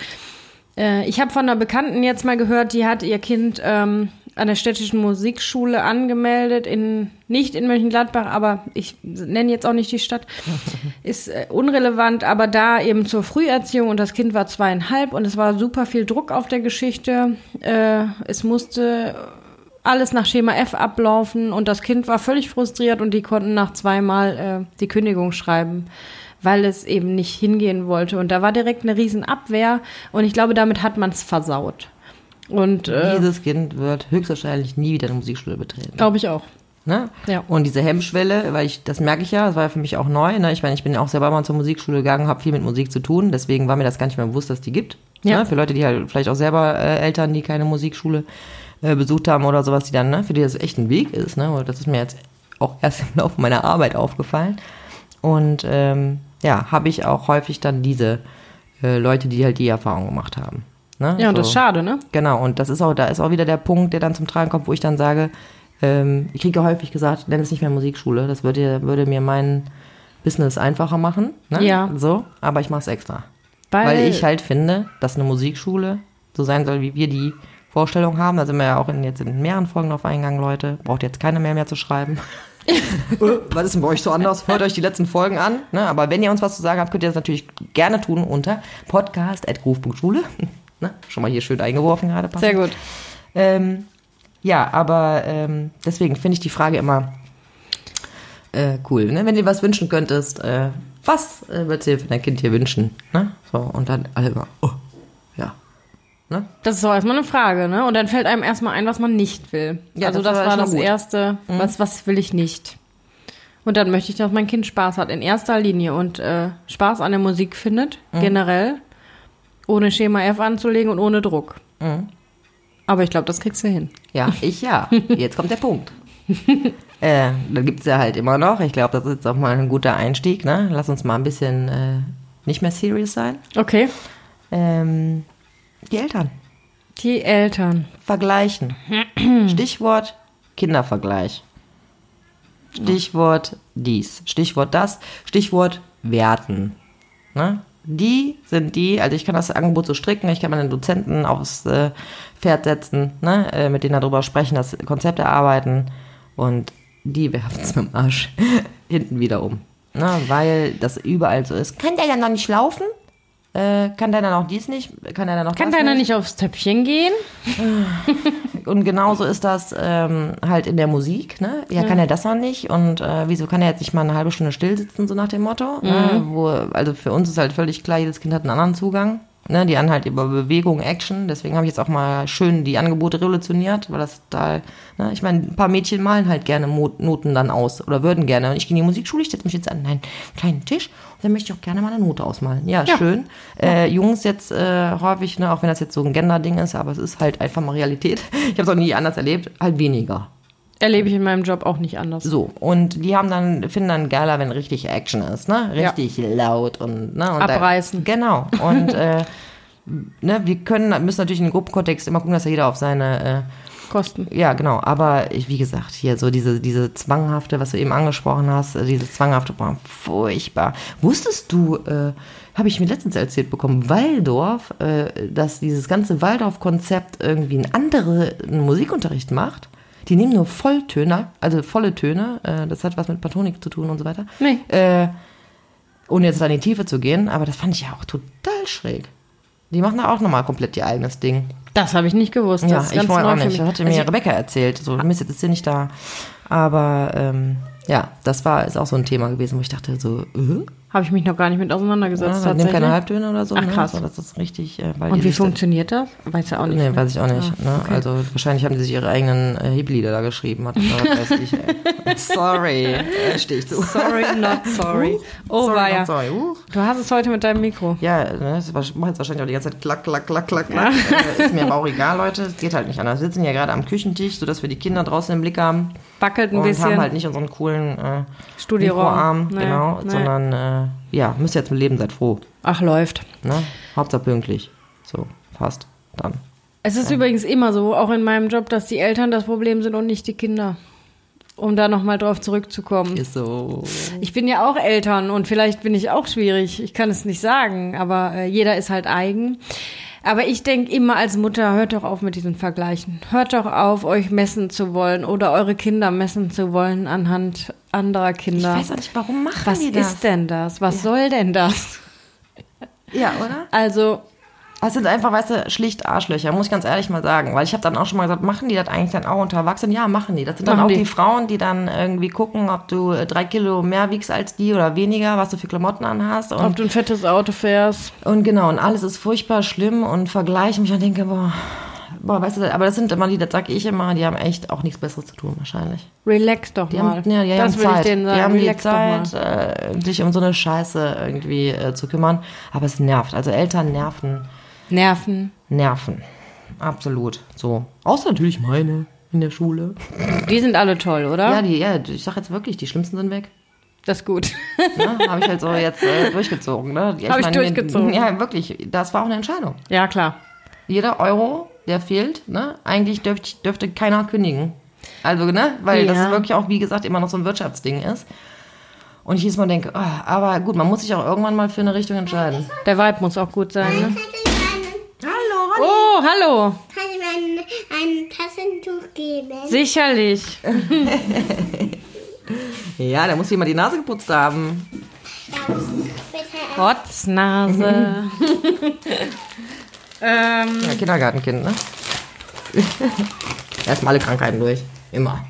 Äh, ich habe von einer Bekannten jetzt mal gehört, die hat ihr Kind ähm, an der städtischen Musikschule angemeldet, in, nicht in Mönchengladbach, aber ich nenne jetzt auch nicht die Stadt, ist äh, unrelevant, aber da eben zur Früherziehung und das Kind war zweieinhalb und es war super viel Druck auf der Geschichte. Äh, es musste alles nach Schema F ablaufen und das Kind war völlig frustriert und die konnten nach zweimal äh, die Kündigung schreiben, weil es eben nicht hingehen wollte. Und da war direkt eine Riesenabwehr und ich glaube, damit hat man es versaut. Und äh, Dieses Kind wird höchstwahrscheinlich nie wieder eine Musikschule betreten. glaube ich auch. Ne? Ja. Und diese Hemmschwelle, weil ich, das merke ich ja, das war ja für mich auch neu. Ne? Ich meine, ich bin ja auch selber mal zur Musikschule gegangen, habe viel mit Musik zu tun, deswegen war mir das gar nicht mehr bewusst, dass die gibt. Ja. Ne? Für Leute, die halt vielleicht auch selber äh, Eltern, die keine Musikschule äh, besucht haben oder sowas, die dann, ne, für die das echt ein Weg ist. Ne? Und Das ist mir jetzt auch erst im Laufe meiner Arbeit aufgefallen. Und ähm, ja, habe ich auch häufig dann diese äh, Leute, die halt die Erfahrung gemacht haben. Ne? Ja, und das ist schade, ne? Genau, und das ist auch, da ist auch wieder der Punkt, der dann zum Tragen kommt, wo ich dann sage, ähm, ich kriege ja häufig gesagt, nenn es nicht mehr Musikschule, das würde, würde mir mein Business einfacher machen. Ne? Ja. So, aber ich mache es extra. Weil, ich halt finde, dass eine Musikschule so sein soll, wie wir die Vorstellung haben. Da sind wir ja auch in, jetzt in mehreren Folgen drauf eingegangen, Leute. Braucht jetzt keine mehr mehr zu schreiben. Äh, was ist denn bei euch so anders? Hört euch die letzten Folgen an. Ne? Aber wenn ihr uns was zu sagen habt, könnt ihr das natürlich gerne tun unter podcast.groove.schule. Ne? Schon mal hier schön eingeworfen gerade. passend. Sehr gut. Ähm, ja, aber ähm, deswegen finde ich die Frage immer äh, cool. Ne? Wenn du dir was wünschen könntest, äh, was äh, würdest du dir für dein Kind hier wünschen? Ne? So, und dann alle immer, oh, ja. Das ist auch erstmal eine Frage, ne? Und dann fällt einem erstmal ein, was man nicht will. Ja, also das das, war war Mhm. schon das gut. Erste, was, was will ich nicht. Und dann möchte ich, dass mein Kind Spaß hat, in erster Linie und äh, Spaß an der Musik findet, generell, ohne Schema F anzulegen und ohne Druck. Aber ich glaube, das kriegst du hin. Ja, ich ja. Jetzt kommt der Punkt. äh, dann gibt's ja halt immer noch. Ich glaube, das ist jetzt auch mal ein guter Einstieg. Ne? Lass uns mal ein bisschen äh, nicht mehr serious sein. Okay. Ähm, die Eltern. Die Eltern. vergleichen. Stichwort Kindervergleich. Stichwort dies. Stichwort das. Stichwort werten. Ne? Die sind die, also ich kann das Angebot so stricken, ich kann meine Dozenten aufs äh, Pferd setzen, ne? äh, mit denen darüber sprechen, das Konzept erarbeiten und die werfen es mit dem Arsch hinten wieder um. Ne? Weil das überall so ist. Kann der dann noch nicht laufen? Äh, kann der dann auch dies nicht? Kann der dann noch Kann das deiner nicht? nicht aufs Töpfchen gehen? Und genauso ist das ähm, halt in der Musik. Ne? Ja, kann er das noch nicht? Und äh, wieso kann er jetzt nicht mal eine halbe Stunde still sitzen, so nach dem Motto? Ne? Wo, also für uns ist halt völlig klar, jedes Kind hat einen anderen Zugang. Ne? Die einen halt über Bewegung, Action. Deswegen habe ich jetzt auch mal schön die Angebote revolutioniert, weil das da, ne? ich meine, ein paar Mädchen malen halt gerne Mo Noten dann aus oder würden gerne. Und ich gehe in die Musikschule, ich setze mich jetzt an einen kleinen Tisch und dann möchte ich auch gerne mal eine Note ausmalen. Ja, Ja. schön. Äh, Jungs jetzt äh, häufig, ne, auch wenn das jetzt so ein Gender-Ding ist, aber es ist halt einfach mal Realität. Ich habe es auch nie anders erlebt, halt weniger. Erlebe ich in meinem Job auch nicht anders. So, und die haben dann, finden dann geiler, wenn richtig Action ist, ne? Ja. Richtig laut und, ne? Und da- Abreißen. genau. Und äh, ne, wir können, müssen natürlich in den Gruppenkontext immer gucken, dass ja jeder auf seine äh, Kosten. ja, genau. Aber ich, wie gesagt, hier so diese, diese zwanghafte, was du eben angesprochen hast, äh, dieses zwanghafte, boah, furchtbar. Wusstest du, äh, habe ich mir letztens erzählt bekommen, Waldorf, äh, dass dieses ganze Waldorf-Konzept irgendwie einen anderen Musikunterricht macht? Die nehmen nur Volltöne, also volle Töne. Äh, das hat was mit Platonik zu tun und so weiter. Nee. Äh, ohne jetzt da in die Tiefe zu gehen, aber das fand ich ja auch total schräg. Die machen da auch nochmal komplett ihr eigenes Ding. Das habe ich nicht gewusst. Ja, das ist ich ganz wollte neu auch für nicht. mich. Das hatte mir Also ich- Rebecca erzählt. So, Mist, jetzt ist sie nicht da. Aber ähm, ja, das war ist auch so ein Thema gewesen, wo ich dachte so, äh, Habe ich mich noch gar nicht mit auseinandergesetzt. Ja, nimmt tatsächlich. keine Halbtöne oder so. Ach, ne? krass. Also, das ist richtig. Äh, weil Und die wie sich da- funktioniert das? Weiß ja auch nicht. Nee, ne? weiß ich auch nicht. ne? Also wahrscheinlich haben die sich ihre eigenen äh, Hiblieder da geschrieben. Hat, weiß ich, ey. sorry, äh, stehe ich zu. Sorry, not sorry. Oh, sorry, weia. not sorry. Uh. Du hast es heute mit deinem Mikro. Ja, ne, das war- macht jetzt wahrscheinlich auch die ganze Zeit klack, klack, klack, klack, klack. Äh, ist mir aber auch egal, Leute. Es geht halt nicht anders. Wir sitzen ja gerade am Küchentisch, sodass wir die Kinder draußen im Blick haben. Wackelt ein und bisschen. haben halt nicht unseren coolen äh, Mikroarm, Studioraum. Nee, genau, nee. sondern äh, ja, müsst ihr jetzt mit Leben, seid froh. Ach, läuft. Ne? Hauptsache pünktlich. So, fast. Dann. Es ist übrigens immer so, auch in meinem Job, dass die Eltern das Problem sind und nicht die Kinder. Um da nochmal drauf zurückzukommen. Ist so. Ich bin ja auch Eltern und vielleicht bin ich auch schwierig. Ich kann es nicht sagen, aber äh, jeder ist halt eigen. Aber ich denke immer als Mutter, hört doch auf mit diesen Vergleichen. Hört doch auf, euch messen zu wollen oder eure Kinder messen zu wollen anhand anderer Kinder. auch nicht, warum machen Was ist denn das? Was soll denn das? Ja, oder? Also, Das sind einfach, weißt du, schlicht Arschlöcher, muss ich ganz ehrlich mal sagen. Weil ich habe dann auch schon mal gesagt, machen die das eigentlich dann auch unter Erwachsenen? Ja, machen die. Das sind dann Machen auch die. die. Frauen, die dann irgendwie gucken, ob du äh, drei Kilo mehr wiegst als die oder weniger, was du für Klamotten anhast. ob Und, du ein fettes Auto fährst. und genau, und alles ist furchtbar schlimm und vergleiche mich und denke, boah, boah, weißt du, aber das sind immer die, das sage ich immer, die haben echt auch nichts Besseres zu tun wahrscheinlich. Relax doch Die mal. haben, ja, die das haben will Zeit. ich denen sagen. Die haben die Relax Zeit, doch mal. äh, sich um so eine Scheiße irgendwie äh, zu kümmern. Aber es nervt. Also Eltern nerven. Nerven. Nerven. Absolut. So. Außer natürlich meine in der Schule. Die sind alle toll, oder? Ja, die, ja, ich sag jetzt wirklich, die Schlimmsten sind weg. das ist gut. Ne? Habe ich halt so jetzt äh, durchgezogen. Ne? Hab ich meine, durchgezogen. Ja, wirklich. Das war auch eine Entscheidung. ja, klar. Jeder Euro, der fehlt, ne? eigentlich dürft, dürfte keiner kündigen. Also, ne? Weil Ja. das wirklich auch, wie gesagt, immer noch so ein Wirtschaftsding ist. Und ich jedes Mal denke, ah, aber gut, man muss sich auch irgendwann mal für eine Richtung entscheiden. Der Vibe muss auch gut sein, ne? Kannst du mir einen- Hallo, Ronny. Oh, hallo. kannst du mir ein, ein Taschentuch geben? Sicherlich. Ja, da muss jemand die Nase geputzt haben. Darf ich bitte ein Rotznase. ähm, Ja, Kindergartenkind, ne? Erstmal alle Krankheiten durch. Immer.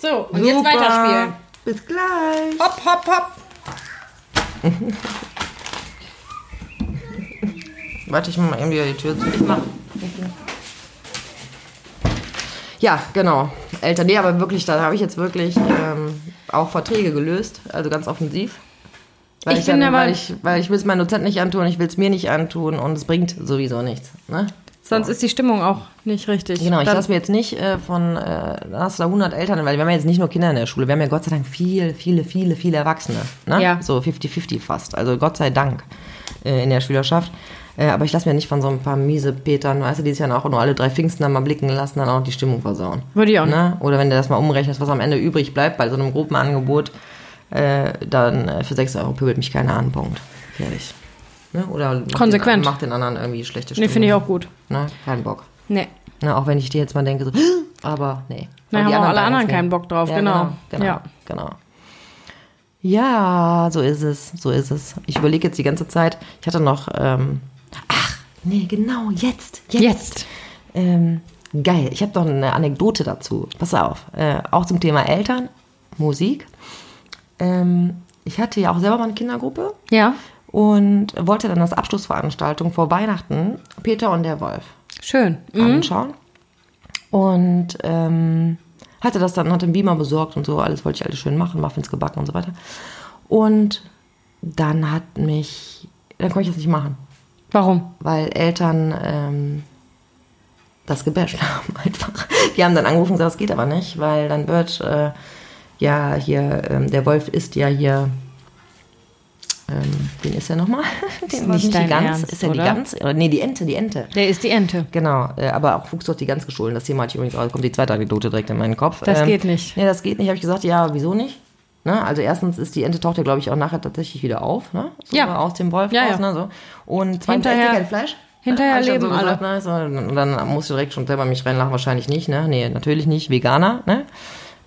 so, und jetzt weiterspielen. Bis gleich. Hopp, hopp, hopp. Warte, ich mach mal eben wieder die Tür zu. Ich mach. Ja, genau. Eltern, nee, aber wirklich, da habe ich jetzt wirklich ähm, auch Verträge gelöst, also ganz offensiv. Weil Ich ich, bin dann, aber- weil ich, weil ich will es meinem Dozent nicht antun, ich will es mir nicht antun und es bringt sowieso nichts. Ne? Sonst ist die Stimmung auch nicht richtig. Genau, ich Dann- lasse mir jetzt nicht äh, von äh, da hast du da 100 Eltern, weil wir haben ja jetzt nicht nur Kinder in der Schule, wir haben ja Gott sei Dank viele, viele, viele, viele Erwachsene. Ne? Ja. So 50-50 fast. Also Gott sei Dank äh, in der Schülerschaft. Äh, aber ich lasse mir nicht von so ein paar miese Petern, weißt du, die sich dann auch nur alle drei Pfingsten dann mal blicken lassen, dann auch noch die Stimmung versauen. Würde ich auch nicht. Ne? Oder wenn du das mal umrechnest, was am Ende übrig bleibt bei so einem Gruppenangebot, äh, dann äh, für 6 Euro pöbelt mich keiner an, Punkt. Fertig. Ne? Oder macht Konsequent. Den, macht den anderen irgendwie schlechte Nee, Stimmung. finde ich auch gut. Ne? Kein Bock. Nee. Na, auch wenn ich dir jetzt mal denke, so, aber nee. Na, Aber die haben auch alle beiden anderen jetzt keinen nicht. Bock drauf, genau. Genau, Ja. ja. genau. Ja, so ist es, so ist es. Ich überlege jetzt die ganze Zeit, ich hatte noch, ähm, ach, nee, genau, jetzt, jetzt. Jetzt. Ähm, geil, ich habe noch eine Anekdote dazu. Pass auf, äh, auch zum Thema Eltern, Musik. Ähm, ich hatte ja auch selber mal eine Kindergruppe Ja. und wollte dann als Abschlussveranstaltung vor Weihnachten Peter und der Wolf Schön. Ah. Mhm. anschauen. Und ähm, hatte das dann, hatte einen Beamer besorgt und so, alles wollte ich alles schön machen, Muffins gebacken und so weiter. Und dann hat mich, dann konnte ich das nicht machen, Warum? weil Eltern ähm, das gebasht haben einfach. Die haben dann angerufen und gesagt, das geht aber nicht, weil dann wird, äh, ja, hier, ähm, der Wolf ist ja hier, ähm, den ist er nochmal? Den war nicht die dein Gans, Ernst, ist er die oder? Gans? Oder, nee, die Ente, die Ente. Der ist die Ente. Genau, äh, aber auch Fuchs durch die Gans geschohlen. Das Thema hatte ich übrigens auch, kommt die zweite Anekdote direkt in meinen Kopf. Ähm, Das geht nicht. Nee, das geht nicht. Habe ich gesagt, ja, wieso nicht? Ne? Also erstens ist die Ente taucht ja, glaube ich, auch nachher tatsächlich wieder auf, ne? So Ja. Aus dem Wolf Ja, raus, ja. ne? So. Und zweitens Hinterher- esst ihr kein Fleisch. hinterher Hab ich dann leben gesagt, ne? so, Und dann musste ich direkt schon selber mich reinlachen, wahrscheinlich nicht, ne? Nee, natürlich nicht, Veganer, ne?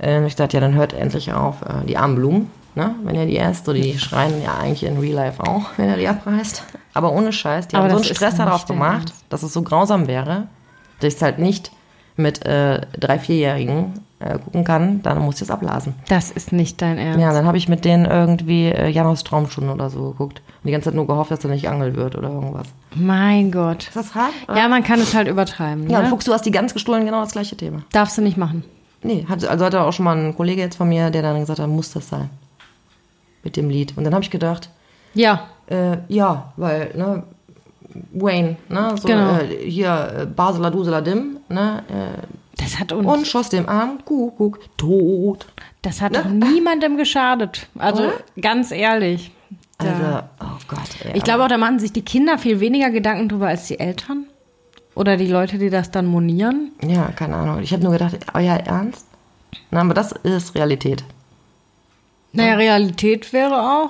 Äh, ich dachte, ja, dann hört endlich auf, äh, die armen Blumen, ne? Wenn ihr die esst, oder die schreien ja eigentlich in Real Life auch, wenn ihr die abreißt. Aber ohne Scheiß, die Aber haben so das einen ist Stress nicht darauf der gemacht, dass es so grausam wäre, dass ich es halt nicht mit äh, drei, vierjährigen äh, gucken kann, dann muss ich es abblasen. Das ist nicht dein Ernst. Ja, dann habe ich mit denen irgendwie äh, Janos Traumstunde oder so geguckt. Und die ganze Zeit nur gehofft, dass da nicht geangelt wird oder irgendwas. Mein Gott. Ist das hart? Ja, Ja, man kann es halt übertreiben. Ah. ja und ne? Fuchs, du hast die ganz gestohlen, genau das gleiche Thema. Darfst du nicht machen. Nee, hat, also hatte auch schon mal ein Kollege jetzt von mir, der dann gesagt hat, muss das sein. Mit dem Lied. Und dann habe ich gedacht, Ja. äh, ja, weil, ne, Wayne, ne, so, Genau. äh, hier, äh, Basela Dusela Dim, ne, äh, Das hat uns, und Ne? schoss dem Arm, Kuckuck, tot. das hat doch niemandem geschadet. Also ganz ehrlich. Da- Also, oh Gott, ey. Ich glaube auch, da machen sich die Kinder viel weniger Gedanken drüber als die Eltern. Oder die Leute, die das dann monieren. Ja, keine Ahnung. Ich habe nur gedacht, euer Ernst? Na, aber das ist Realität. Naja, Realität wäre auch,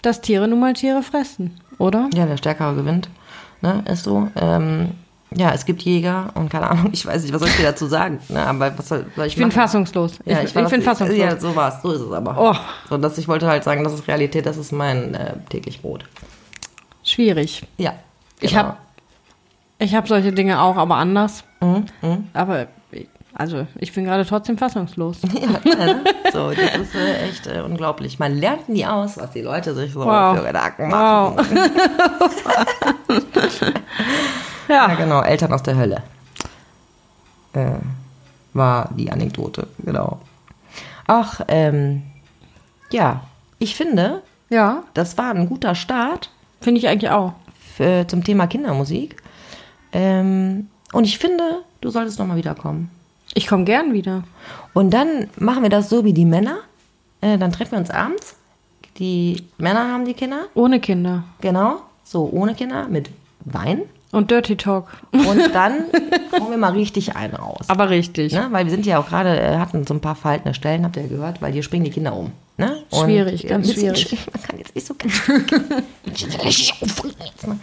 dass Tiere nun mal Tiere fressen, oder? Ja, der Stärkere gewinnt. Ne, ist so. Ähm, ja, es gibt Jäger und keine Ahnung, ich weiß nicht, was soll ich dir dazu sagen? Ne, aber was soll, soll ich Ich bin machen? fassungslos. Ja, ich, ich, war das- bin fassungslos. Ja, so war's, so ist es aber. Oh. So, dass ich wollte halt sagen, das ist Realität, das ist mein äh, täglich Brot. Schwierig. Ja. Ich genau. habe ich hab solche Dinge auch, aber anders. Mhm, Aber ich- also, ich bin gerade trotzdem fassungslos. So, das ist äh, echt äh, unglaublich. Man lernt nie aus, was die Leute sich so Wow. Oh, für Gedanken machen. Ja, Ja, genau, Eltern aus der Hölle. Äh, war die Anekdote, genau. Ach, ähm, ja, ich finde, ja das war ein guter Start finde ich eigentlich auch. f- äh, zum Thema Kindermusik. Ähm, und ich finde, du solltest nochmal wiederkommen. Ich komme gern wieder. Und dann machen wir das so wie die Männer. Äh, dann treffen wir uns abends. Die Männer haben die Kinder, Ohne Kinder. genau. So, ohne Kinder, mit Wein. Und Dirty Talk. Und dann hauen wir mal richtig einen raus. Aber richtig. Ne? Weil wir sind ja auch gerade, äh, hatten so ein paar verhaltene Stellen, habt ihr ja gehört, weil hier springen die Kinder um. Ne? Und Schwierig, ganz ein bisschen schwierig. Man kann jetzt nicht so ganz. Ich bin richtig aufgeregt jetzt, ne?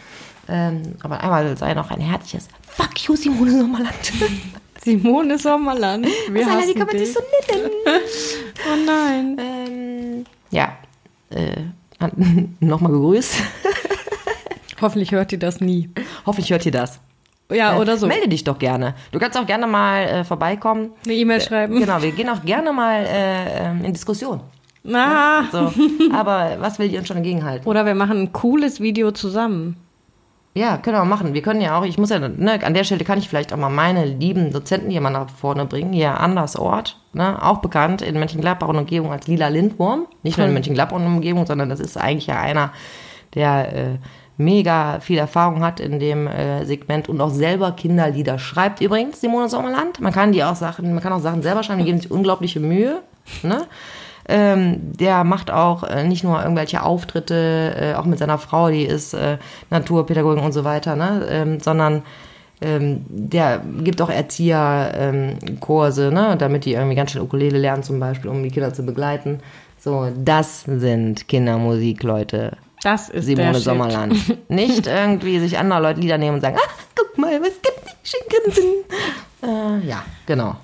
ähm, aber einmal sei noch ein herzliches Fuck you, Simone Sommerland. Simone Sommerland. Wir Sala, die hassen kann man dich. nicht so nennen. Oh nein. Ähm, ja. Äh, Nochmal gegrüßt. Hoffentlich hört ihr das nie. Hoffentlich hört ihr das. Ja, oder so. Melde dich doch gerne. Du kannst auch gerne mal äh, vorbeikommen. Eine E-Mail schreiben. Genau, wir gehen auch gerne mal äh, ähm, in Diskussion. Na. So. Aber was will die uns schon entgegenhalten? Oder wir machen ein cooles Video zusammen. Ja, können wir machen. Wir können ja auch, ich muss ja, ne, an der Stelle kann ich vielleicht auch mal meine lieben Dozenten hier mal nach vorne bringen. Hier, Anders Ort, ne, auch bekannt in Mönchengladbach und Umgebung als Lila Lindwurm. Nicht nur in Mönchengladbach und Umgebung, sondern das ist eigentlich ja einer, der äh, mega viel Erfahrung hat in dem äh, Segment und auch selber Kinderlieder schreibt. Übrigens, Simone Sommerland, man kann die auch Sachen, man kann auch Sachen selber schreiben, die geben sich unglaubliche Mühe, ne? Ähm, der macht auch äh, nicht nur irgendwelche Auftritte, äh, auch mit seiner Frau, die ist äh, Naturpädagogin und so weiter, ne? ähm, sondern ähm, der gibt auch Erzieherkurse, ähm, Kurse, ne? damit die irgendwie ganz schnell Ukulele lernen zum Beispiel, um die Kinder zu begleiten. So, das sind Kindermusik, Leute. Das ist Simone der Shit. Sommerland. Nicht irgendwie sich andere Leute Lieder nehmen und sagen, ah, guck mal, was gibt es Schinken? Äh, ja, genau.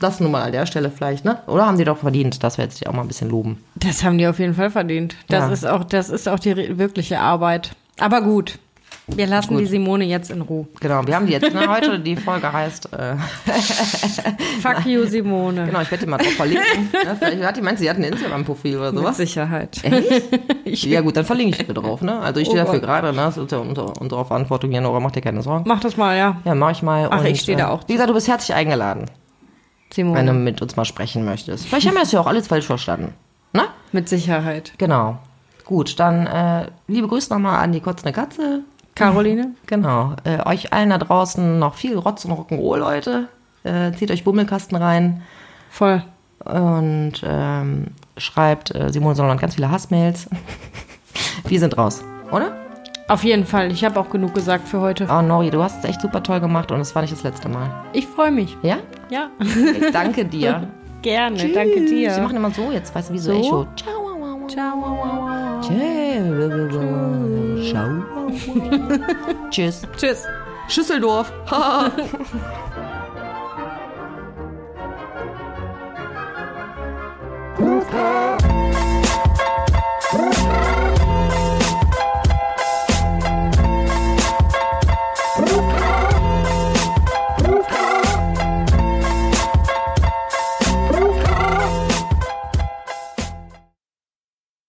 Das nun mal an der Stelle vielleicht, ne? Oder haben die doch verdient, dass wir jetzt die auch mal ein bisschen loben. Das haben die auf jeden Fall verdient. Das Ja. ist auch, das ist auch die re- wirkliche Arbeit. Aber gut. Wir lassen die Simone jetzt in Ruhe. Genau, wir haben die jetzt, ne? Heute die Folge heißt, äh, Fuck you, Simone. genau, ich werde die mal drauf verlinken. Ne? Vielleicht hat die, meinst du, die hat ein Instagram-Profil oder Mit sowas? Sicherheit. Ich, ja gut, dann verlinke ich dir drauf, ne? Also ich stehe Oh dafür Gott. gerade, ne? Das ist ja unter, unserer Verantwortung, Janora, mach dir keine Sorgen. Mach das mal, ja. Ja, mach ich mal. Ach, und, ich stehe da äh, auch Wie gesagt, du bist herzlich eingeladen. wenn du Simone. mit uns mal sprechen möchtest. Vielleicht haben wir das ja auch alles falsch verstanden. Ne? Mit Sicherheit. Genau. Gut, dann äh, liebe Grüße nochmal an die kotzende Katze. Caroline? Genau. Äh, euch allen da draußen noch viel Rotz und Rock'n'Roll, Leute. Äh, zieht euch Bummelkasten rein Voll. und ähm, schreibt äh, Simone Sonnenland ganz viele Hassmails. wir sind raus, oder? Auf jeden Fall. Ich habe auch genug gesagt für heute. Oh, Nori, du hast es echt super toll gemacht und es war nicht das letzte Mal. Ich freue mich. Ja? Ja. Ich danke dir. Gerne. Danke Sie dir. machen immer so jetzt, weißt du, wie so, So? Echo. Ciao, wow, wow, wow. Ciao. wow, wow, wow. Ciao. Tschüss. Tschüss. Schüsseldorf.